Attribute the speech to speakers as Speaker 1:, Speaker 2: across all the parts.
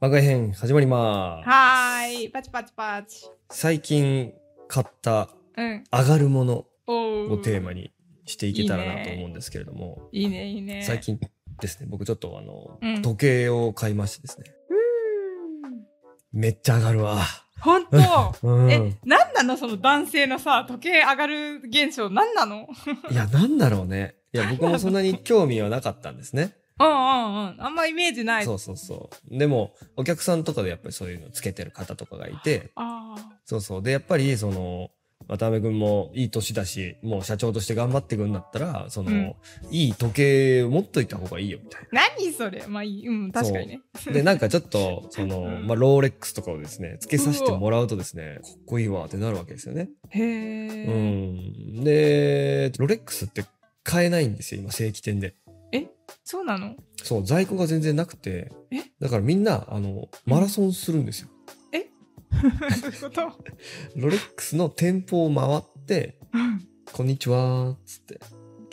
Speaker 1: 番外編始まりま
Speaker 2: はーい、パチパチパチ。
Speaker 1: す。最近買った
Speaker 2: うん。
Speaker 1: 上がるもの
Speaker 2: おう
Speaker 1: をテーマ。にしていけたらなと思うんですけれども、
Speaker 2: いいね、いいね。
Speaker 1: 最。近ですね、僕ちょっとあの、
Speaker 2: うん
Speaker 1: 時計を買いましてですね、
Speaker 2: うーん。
Speaker 1: めっちゃ上がるわ。
Speaker 2: 本当
Speaker 1: うん、
Speaker 2: え、なんなのその男性のさ、時計上がる現象、なんなの
Speaker 1: いや、なんだろうね。い や、僕もそんなに興味はなかったんですね。
Speaker 2: うんうんうん。あんまイメージない。
Speaker 1: そうそうそう。でも、お客さんとかでやっぱりそういうのつけてる方とかがいて、
Speaker 2: ああ。
Speaker 1: そうそう。で、やっぱり、その、渡辺君もいい年だし、もう社長として頑張っていくんだったら、その、
Speaker 2: うん
Speaker 1: いい時計を持っといた方がいいよ、みたい
Speaker 2: 何それまあいい。うん、確かにね。
Speaker 1: な。で、なんかちょっと、その、
Speaker 2: うん
Speaker 1: まあ、ローレックスとかをですね、付けさせてもらうとですね、かっこいいわってなるわけですよね。
Speaker 2: へ
Speaker 1: う
Speaker 2: え。
Speaker 1: ん。で、ロレックスって買えないんですよ、今、正規店で。
Speaker 2: そうなの
Speaker 1: そう、在庫が全然なくて
Speaker 2: え、
Speaker 1: だからみんな、あの、マラソンするんですよ。
Speaker 2: どういうこと
Speaker 1: ロレックスの店舗を回って、
Speaker 2: うん
Speaker 1: こんにちは、つって。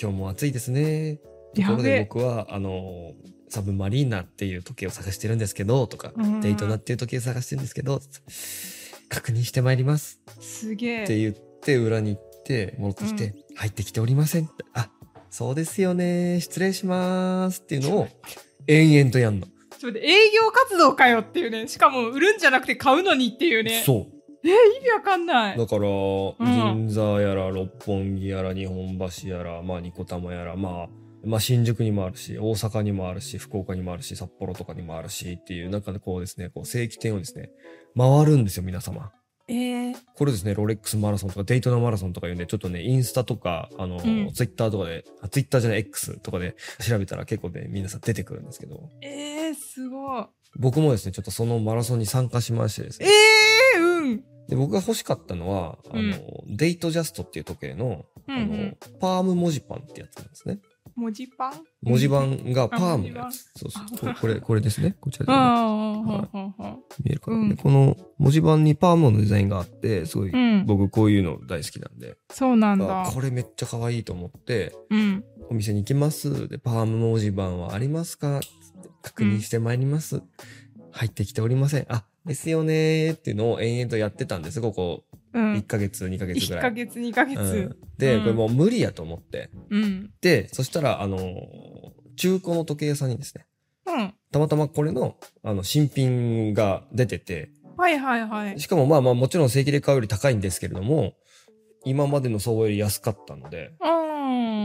Speaker 1: 今日も暑いですね。とこ
Speaker 2: や
Speaker 1: ろ
Speaker 2: べ
Speaker 1: で
Speaker 2: え。
Speaker 1: 僕は、あの、サブマリーナっていう時計を探してるんですけど、とか、
Speaker 2: うん
Speaker 1: デイトナっていう時計探してるんですけど、つって確認してまいります
Speaker 2: すげ
Speaker 1: って
Speaker 2: え。
Speaker 1: 言って、裏に行って、戻ってきて、
Speaker 2: う
Speaker 1: 入ってきておりませんって。あ、そうですよね。失礼しますっていうのを、延々とやんの。
Speaker 2: ちょっと待って営業活動かよっていうね。しかも売るんじゃなくて買うのにっていうね。
Speaker 1: そう。
Speaker 2: 意味わかんない。
Speaker 1: だから、
Speaker 2: ん
Speaker 1: 銀座やら六本木やら日本橋やら、まあ、二子玉やら、まあ、まあ、新宿にもあるし大阪にもあるし福岡にもあるし札幌とかにもあるしっていう中でこうですねこう正規店をですね回るんですよ皆様。
Speaker 2: えー、
Speaker 1: これですねロレックスマラソンとかデイトナマラソンとかいうんでちょっとねインスタとかあの、
Speaker 2: ん
Speaker 1: ツイッターとかであツイッターじゃない X とかで調べたら結構ね皆さん出てくるんですけど
Speaker 2: えー、すごい。
Speaker 1: 僕もですねちょっとそのマラソンに参加しましてです
Speaker 2: え
Speaker 1: ね
Speaker 2: ー、うん。
Speaker 1: で僕が欲しかったのはあの、デイトジャストっていう時計の
Speaker 2: う
Speaker 1: あ
Speaker 2: ん、う
Speaker 1: の、
Speaker 2: ん。
Speaker 1: パーム文字パンってやつなんですね。
Speaker 2: 文字パン
Speaker 1: 文字。盤がパームの
Speaker 2: あ
Speaker 1: や
Speaker 2: 文
Speaker 1: つ。そうそう。これ、これこれですね。こちら
Speaker 2: う
Speaker 1: で
Speaker 2: ん
Speaker 1: ね、
Speaker 2: うんうんうんうん
Speaker 1: 見えるかな、
Speaker 2: うん
Speaker 1: でこの文字盤にパームのデザインがあって、すごい、
Speaker 2: うん。うん。
Speaker 1: 僕こういうの大好きなんで、
Speaker 2: そうなん
Speaker 1: あ
Speaker 2: だ。
Speaker 1: これめっちゃ可愛いと思って、
Speaker 2: うん。
Speaker 1: お店に行きます。で、パーム文字盤はありますかつって確認してまいります。入ってきておりません。あ、ですよねーっていうのを延々とやってたんです、ここ
Speaker 2: うん。
Speaker 1: 1ヶ月、2ヶ月ぐ
Speaker 2: 1
Speaker 1: ら
Speaker 2: ヶ
Speaker 1: い。
Speaker 2: 月、2ヶ
Speaker 1: うん
Speaker 2: 月。、
Speaker 1: で、
Speaker 2: うん
Speaker 1: これもう無理やと思って、
Speaker 2: うん。
Speaker 1: で、そしたら、あのー、中古の時計屋さんにですね、
Speaker 2: うん。
Speaker 1: たまたまこれの、あの、新品が出てて、
Speaker 2: はいはいはい。
Speaker 1: しかもまあまあもちろん正規で買うより高いんですけれども、今までの相場より安かったので、
Speaker 2: う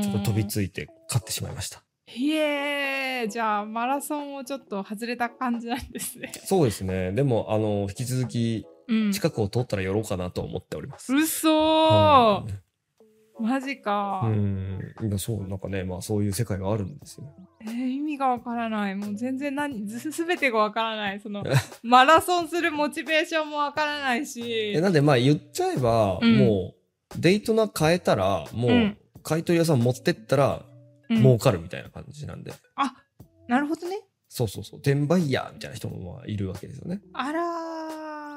Speaker 2: ん。
Speaker 1: ちょっと飛びついて買ってしまいました。
Speaker 2: いえー、じゃあマラソンをちょっと外れた感じなんですね。
Speaker 1: そうですね。でも、あのー、引き続き、
Speaker 2: うん。
Speaker 1: 近くを通ったら寄ろうかなと思っております。
Speaker 2: うそーマジか
Speaker 1: う。ん。うん。そう、なんかね、まあそういう世界があるんですよ。
Speaker 2: えー意味がわからない。もう全然何、ずすべてがわからな い。その、マラソンするモチベーションもわからないし
Speaker 1: え、。なんでまあ言っちゃえば、
Speaker 2: うん
Speaker 1: もう、デイトナ変えたら、もう、
Speaker 2: うん
Speaker 1: 買い取り屋さん持ってったら、
Speaker 2: うん
Speaker 1: 儲かるみたいな感じなんで、
Speaker 2: あなるほどね。
Speaker 1: そうそうそう、転売ヤーみたいな人もまあいるわけですよね。
Speaker 2: あら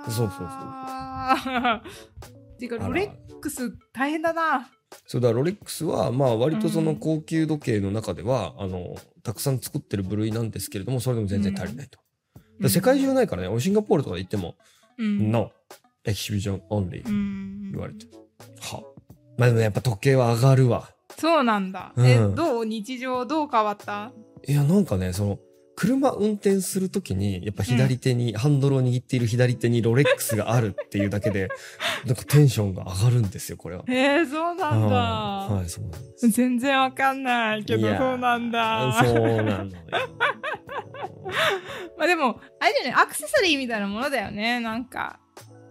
Speaker 2: ー。
Speaker 1: そうそうそう
Speaker 2: ていうか、
Speaker 1: あら
Speaker 2: ロレックス大変だな。
Speaker 1: そうだ、ロレックスは、まあ割とそうの
Speaker 2: ん
Speaker 1: 高級時計の中では、あの、たくさん作ってる部類なんですけれども、それでも全然足りないと。で世界中ないからね、俺シンガポールとかで行っても、
Speaker 2: うん。
Speaker 1: No, Exhibition Only
Speaker 2: う、ん。
Speaker 1: 言われて。はまあでもやっぱ時計は上がるわ。
Speaker 2: そうなんだ。え、
Speaker 1: うん
Speaker 2: どう日常どう変わった
Speaker 1: いや、なんかね、その、車運転するときに、やっぱ左手に、ハンドルを握っている左手にロレックスがあるっていうだけで、なんかテンションが上がるんですよ、これは。
Speaker 2: えー、そうな
Speaker 1: あー
Speaker 2: んだ。
Speaker 1: はい、そうなんです。
Speaker 2: 全然わかんないけど、
Speaker 1: いやー
Speaker 2: そうなんだ。
Speaker 1: そうなのよ。
Speaker 2: まあでも、あれだよね、アクセサリーみたいなものだよね、なんか。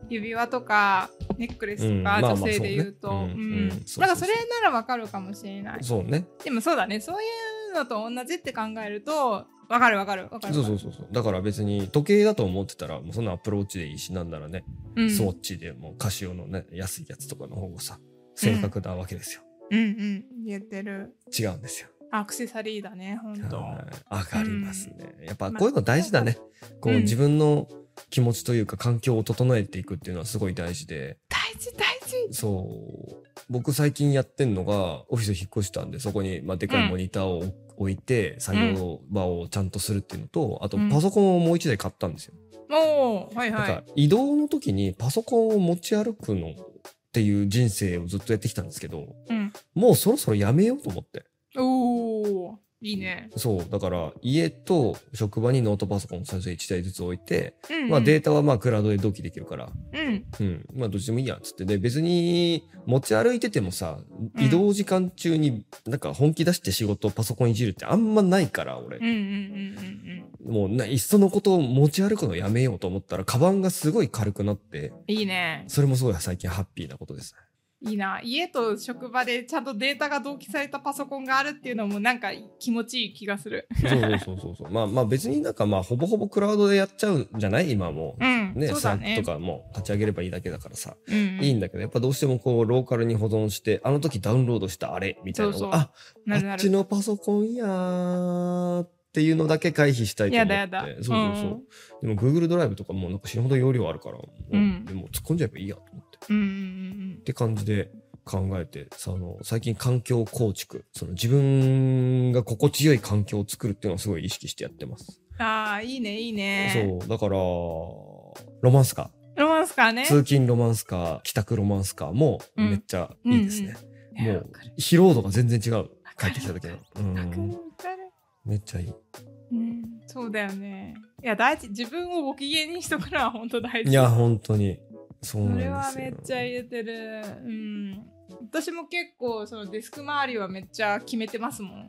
Speaker 2: 指輪とか、ネックレス
Speaker 1: うん
Speaker 2: と
Speaker 1: まあ
Speaker 2: か、
Speaker 1: まあ
Speaker 2: 女性で言うと。う
Speaker 1: そうねうんうん
Speaker 2: ん。なんか
Speaker 1: そ
Speaker 2: そう
Speaker 1: そうそう
Speaker 2: れならわかるかもしれない。
Speaker 1: そうね。
Speaker 2: でもそうだね、そういうのと同じって考えると、わかるわかるわかる。
Speaker 1: そうそうそうそう。だから別に時計だと思ってたら、もうそんなアプローチでいいし、なんならね、
Speaker 2: うん。
Speaker 1: スウォッチでもうカシオのね、安いやつとかの方がさ、正確なわけですよ。
Speaker 2: うんうん、言ってる。
Speaker 1: 違うんですよ。
Speaker 2: アクセサリーだね、ほんと。
Speaker 1: はい上がりますね。やっぱこういうの大事だね。こう
Speaker 2: うん
Speaker 1: 自分の気持ちというか環境を整えていくっていうのはすごい大事で、
Speaker 2: 大事大事。
Speaker 1: そう。僕最近やってんのが、オフィス引っ越したんで、そこに、まあ、でかいモニターを置いて、作業場をちゃんとするっていうのと、あと
Speaker 2: うん
Speaker 1: パソコンをもう一台買ったんですよ。
Speaker 2: おーはい
Speaker 1: なん
Speaker 2: は
Speaker 1: か
Speaker 2: い。
Speaker 1: 移動の時にパソコンを持ち歩くのっていう人生をずっとやってきたんですけど、
Speaker 2: うん。
Speaker 1: もうそろそろやめようと思って。
Speaker 2: おーいいね。
Speaker 1: そう、だから家と職場にノートパソコン最初1台ずつ置いて、
Speaker 2: うん、うん。
Speaker 1: まあデータはまあクラウドで同期できるから、
Speaker 2: うん。
Speaker 1: うん、まあどっちでもいいやっつってで別に持ち歩いててもさ
Speaker 2: うん
Speaker 1: 移動時間中になんか本気出して仕事パソコンいじるってあんまないから俺、
Speaker 2: うんうんうんうん
Speaker 1: もうないっそのことを持ち歩くのやめようと思ったらカバンがすごい軽くなって
Speaker 2: うん。いいね。
Speaker 1: それもすごい最近ハッピーなことです
Speaker 2: いいな。家と職場でちゃんとデータが同期されたパソコンがあるっていうのもなんか気持ちいい気がする。
Speaker 1: ねそうそうそう そうまあまあ別になんかまあほぼほぼクラウドでやっちゃうんじゃない今も
Speaker 2: うん。
Speaker 1: ね
Speaker 2: そうだ
Speaker 1: さ
Speaker 2: ね。
Speaker 1: とかも立ち上げればいいだけだからさ、
Speaker 2: うんうん、
Speaker 1: いいんだけどやっぱどうしてもこうローカルに保存してあの時ダウンロードしたあれみたいなのが
Speaker 2: そうそう
Speaker 1: あ
Speaker 2: なるな
Speaker 1: あっち
Speaker 2: る。
Speaker 1: のパソコンやーっていうのだけ回避したいと思
Speaker 2: や
Speaker 1: って。
Speaker 2: だや
Speaker 1: そうそ
Speaker 2: だ。
Speaker 1: うそう。でも Google ドライブとかもうなんか死ぬほど容量あるから、もう
Speaker 2: うん
Speaker 1: でも突っ込んじゃえばいいやと思って。っ
Speaker 2: うん。うんうん
Speaker 1: て感じで考えて、その最近環境構築、その自分が心地よい環境を作るっていうのをすごい意識してやってます。
Speaker 2: うん。ああ、いいね、いいね。
Speaker 1: そう、だから、ロマンスカ
Speaker 2: ロマンスカーね
Speaker 1: ー、。通勤ロマンスカー、帰宅ロマンスカーもめっちゃいいですね。
Speaker 2: いや
Speaker 1: も
Speaker 2: わ
Speaker 1: う
Speaker 2: かる
Speaker 1: 疲労度が全然違う。帰ってきた時の。う
Speaker 2: わかる
Speaker 1: ん、
Speaker 2: わかる。
Speaker 1: めっちゃいい。
Speaker 2: うん、そうだよね。いや、大事。自分をご機嫌にしとくのは本当大事。
Speaker 1: いや、本当に。そう
Speaker 2: そ
Speaker 1: なんです
Speaker 2: れ
Speaker 1: よ。
Speaker 2: はめっちゃ入れてる。うん。私も結構、そのデスク周りはめっちゃ決めてますもん。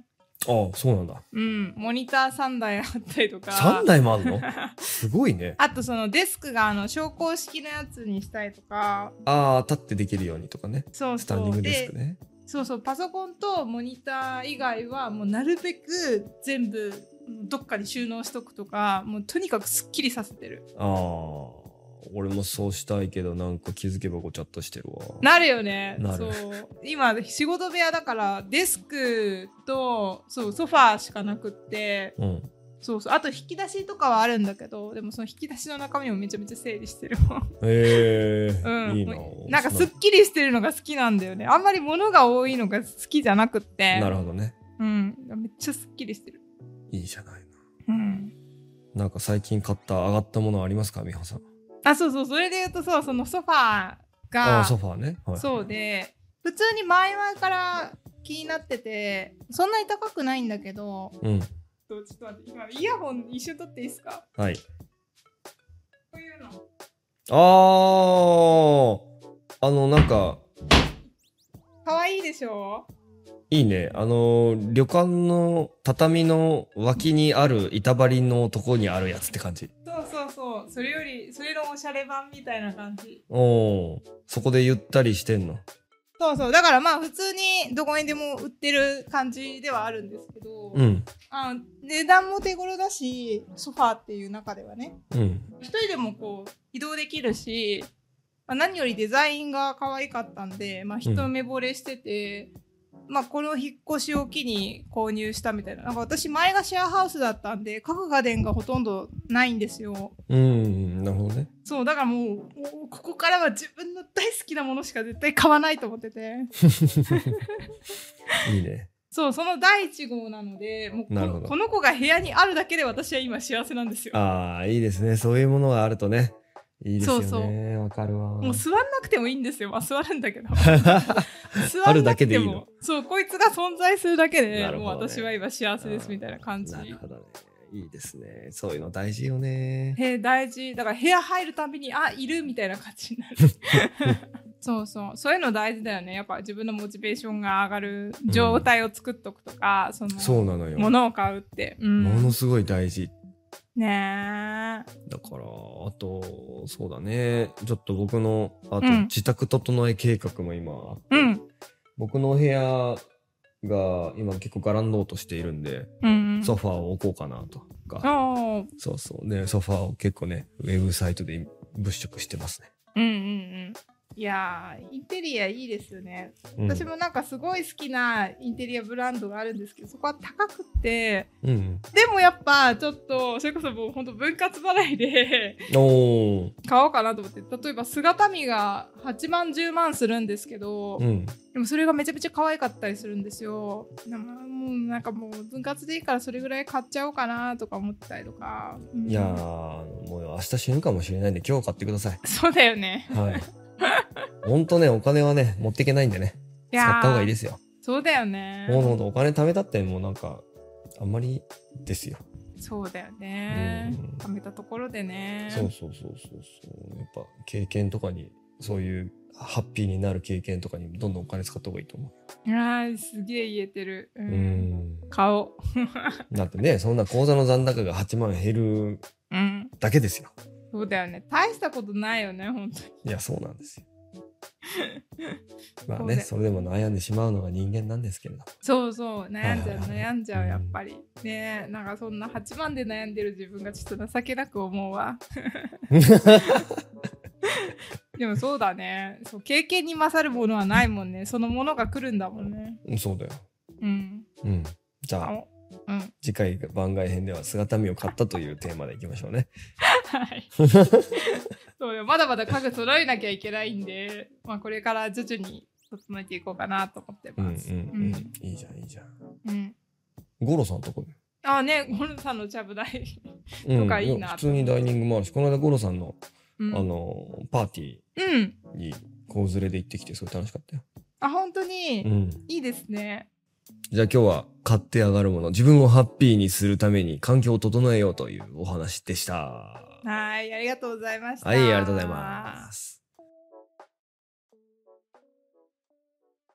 Speaker 1: ああ、そうなんだ。
Speaker 2: うん。モニター3台あったりとか。
Speaker 1: 3台もあ るのすごいね。
Speaker 2: あとそのデスクがあの昇降式のやつにしたりとか
Speaker 1: ああ、立ってできるようにとかね。
Speaker 2: そうそう
Speaker 1: スタンディングデスクね。
Speaker 2: そうそうパソコンとモニター以外はもうなるべく全部どっかに収納しとくとかもうとにかくすっきりさせてる
Speaker 1: ああ、俺もそうしたいけど、なんか気づけばごちゃっとしてるわ。
Speaker 2: なるよね
Speaker 1: なる
Speaker 2: そう今仕事部屋だからデスクとそうソファーしかなくって
Speaker 1: うん。
Speaker 2: そうそうあと引き出しとかはあるんだけどでもその引き出しの中身もめちゃめちゃ整 理してるもん
Speaker 1: ええ
Speaker 2: うん
Speaker 1: いいな。
Speaker 2: なんかすっきりしてるのが好きなんだよねあんまり物が多いのが好きじゃなくって
Speaker 1: なるほどね。
Speaker 2: うんめっちゃすっきりしてる
Speaker 1: いいじゃないの。
Speaker 2: うん
Speaker 1: なんか最近買った、上がったものありますか、美穂さん。
Speaker 2: あそうそうそれで言うとそうそのソファー
Speaker 1: あ
Speaker 2: が
Speaker 1: あ、ソファーね。はい。
Speaker 2: そうで普通に前々から気になっててそんなに高くないんだけど
Speaker 1: うん。
Speaker 2: ちょっと待って今イヤホン一緒に取っていいですか
Speaker 1: はい。
Speaker 2: こういうの
Speaker 1: ああ、あの、なんか、
Speaker 2: 可愛いでしょ
Speaker 1: いいね。あのー、旅館の畳の脇にある板張りのとこにあるやつって感じ。
Speaker 2: そうそうそうそれよりそれのおしゃれ版みたいな感じ
Speaker 1: おーそこでゆったりしてんの。
Speaker 2: そうそうだからまあ普通にどこにでも売ってる感じではあるんですけど、
Speaker 1: うん。
Speaker 2: あ値段も手頃だしソファーっていう中ではね
Speaker 1: うん。
Speaker 2: 一人でもこう移動できるし、まあ、何よりデザインが可愛かったんで、まあ、一目惚れしてて、まあこの引っ越しを機に購入したみたいななんか私前がシェアハウスだったんで各家電がほとんどないんですよ
Speaker 1: うん、なるほどね。
Speaker 2: そうだからもうもうここからは自分の大好きなものしか絶対買わないと思ってて
Speaker 1: いいね。
Speaker 2: そうその第1号なのでもうこ
Speaker 1: なるほど
Speaker 2: この子が部屋にあるだけで私は今幸せなんですよ
Speaker 1: ああ、いいですね。そういうものがあるとね。いいですよ
Speaker 2: そう
Speaker 1: ね。わかるわ。
Speaker 2: もう座んなくてもいいんですよ、まあ、座るんだけど座
Speaker 1: あ
Speaker 2: ら
Speaker 1: る
Speaker 2: な
Speaker 1: だ
Speaker 2: く
Speaker 1: け
Speaker 2: て
Speaker 1: でいい
Speaker 2: も
Speaker 1: の
Speaker 2: そうこいつが存在するだけで、
Speaker 1: なる
Speaker 2: も
Speaker 1: ほ
Speaker 2: う
Speaker 1: どね
Speaker 2: 私は今幸せですみたいな感じ
Speaker 1: なるほどね。いいですね。そういうの大事よね。
Speaker 2: へえ大事だから部屋入るたびにあいるみたいな感じにな るそうそうそういうの大事だよねやっぱ自分のモチベーションが上がる状態を作っとくとか、その
Speaker 1: そうなのよ。
Speaker 2: 物を買うって、うん、
Speaker 1: ものすごい大事。
Speaker 2: ねえ
Speaker 1: だから、あと、そうだね。ちょっと僕の、あと、
Speaker 2: うん
Speaker 1: 自宅整え計画も今あって、
Speaker 2: うん
Speaker 1: 僕のお部屋が今結構ガランドーとしているんで、
Speaker 2: うんうん
Speaker 1: ソファーを置こうかなとか、
Speaker 2: おー
Speaker 1: そうそう。ね、ソファーを結構ね、ウェブサイトで物色してますね。
Speaker 2: うんうんうんいやーインテリアいいですよね
Speaker 1: うん
Speaker 2: 私もなんかすごい好きなインテリアブランドがあるんですけどそこは高くって
Speaker 1: うん。
Speaker 2: でもやっぱちょっとそれこそもうほんと分割払いで
Speaker 1: おー。
Speaker 2: 買おうかなと思って例えば姿見が8万10万するんですけど、
Speaker 1: うん。
Speaker 2: でもそれがめちゃめちゃ可愛かったりするんですよでももうなんかもう分割でいいからそれぐらい買っちゃおうかなとか思ってたりとか、うん
Speaker 1: いやー、あのもう明日死ぬかもしれないんで、今日買ってください。
Speaker 2: そうだよね
Speaker 1: はい。ほんとね、お金はね、持っていけないんでね、使
Speaker 2: いやー
Speaker 1: った方がいいですよ。
Speaker 2: そうだよね
Speaker 1: ほんとほんと、お金貯めたってもうなんか、あんまりですよ。
Speaker 2: そうだよね
Speaker 1: うん
Speaker 2: 貯めたところでね
Speaker 1: そうそうそうそうそう。やっぱ経験とかに、そういうハッピーになる経験とかにどんどんお金使った方がいいと思
Speaker 2: いやーすげえ言えてる
Speaker 1: う。
Speaker 2: う
Speaker 1: うんん。
Speaker 2: 顔
Speaker 1: だってね、そんな口座の残高が8万減る
Speaker 2: うん
Speaker 1: だけですよ。
Speaker 2: そうだよね大したことないよね本当に
Speaker 1: いや、そうなんですよ。 まあ
Speaker 2: そう
Speaker 1: ね、
Speaker 2: だよ
Speaker 1: それでも悩んでしまうのが人間なんですけれど。
Speaker 2: そうそう悩んじゃ
Speaker 1: はいはい
Speaker 2: う
Speaker 1: はい
Speaker 2: 悩んじゃうやっぱりねえなんかそんな8万で悩んでる自分がちょっと情けなく思うわでもそうだねそう経験に勝るものはないもんねそのものが来るんだもんね
Speaker 1: うんそうだよ。
Speaker 2: うん
Speaker 1: うん。じゃあ、
Speaker 2: 顔うん
Speaker 1: 次回番外編では姿見を買ったというテーマでいきましょうね。
Speaker 2: はい。 そうよ、まだまだ家具揃えなきゃいけないんで、まあ、これから徐々に整えていこうかなと思って
Speaker 1: うんうん
Speaker 2: ます。
Speaker 1: うん。いいじゃん、いいじゃん。
Speaker 2: うん。うん
Speaker 1: ゴロさんとこ
Speaker 2: ああね、ゴルフさんのちゃぶ台。
Speaker 1: うん
Speaker 2: とかいいな
Speaker 1: や普通にダイニングもあるし、この間ゴロさんの、
Speaker 2: うん。
Speaker 1: あの、パーティ
Speaker 2: うん。
Speaker 1: ーに、子連れで行ってきて、すごい楽しかったよ。
Speaker 2: あ、本当
Speaker 1: う
Speaker 2: に、
Speaker 1: ん。
Speaker 2: いいですね。
Speaker 1: じゃあ今日は、買って上がるもの、自分をハッピーにするために環境を整えようというお話でした。
Speaker 2: はい、ありがとうございました。
Speaker 1: はい、ありがとうございます。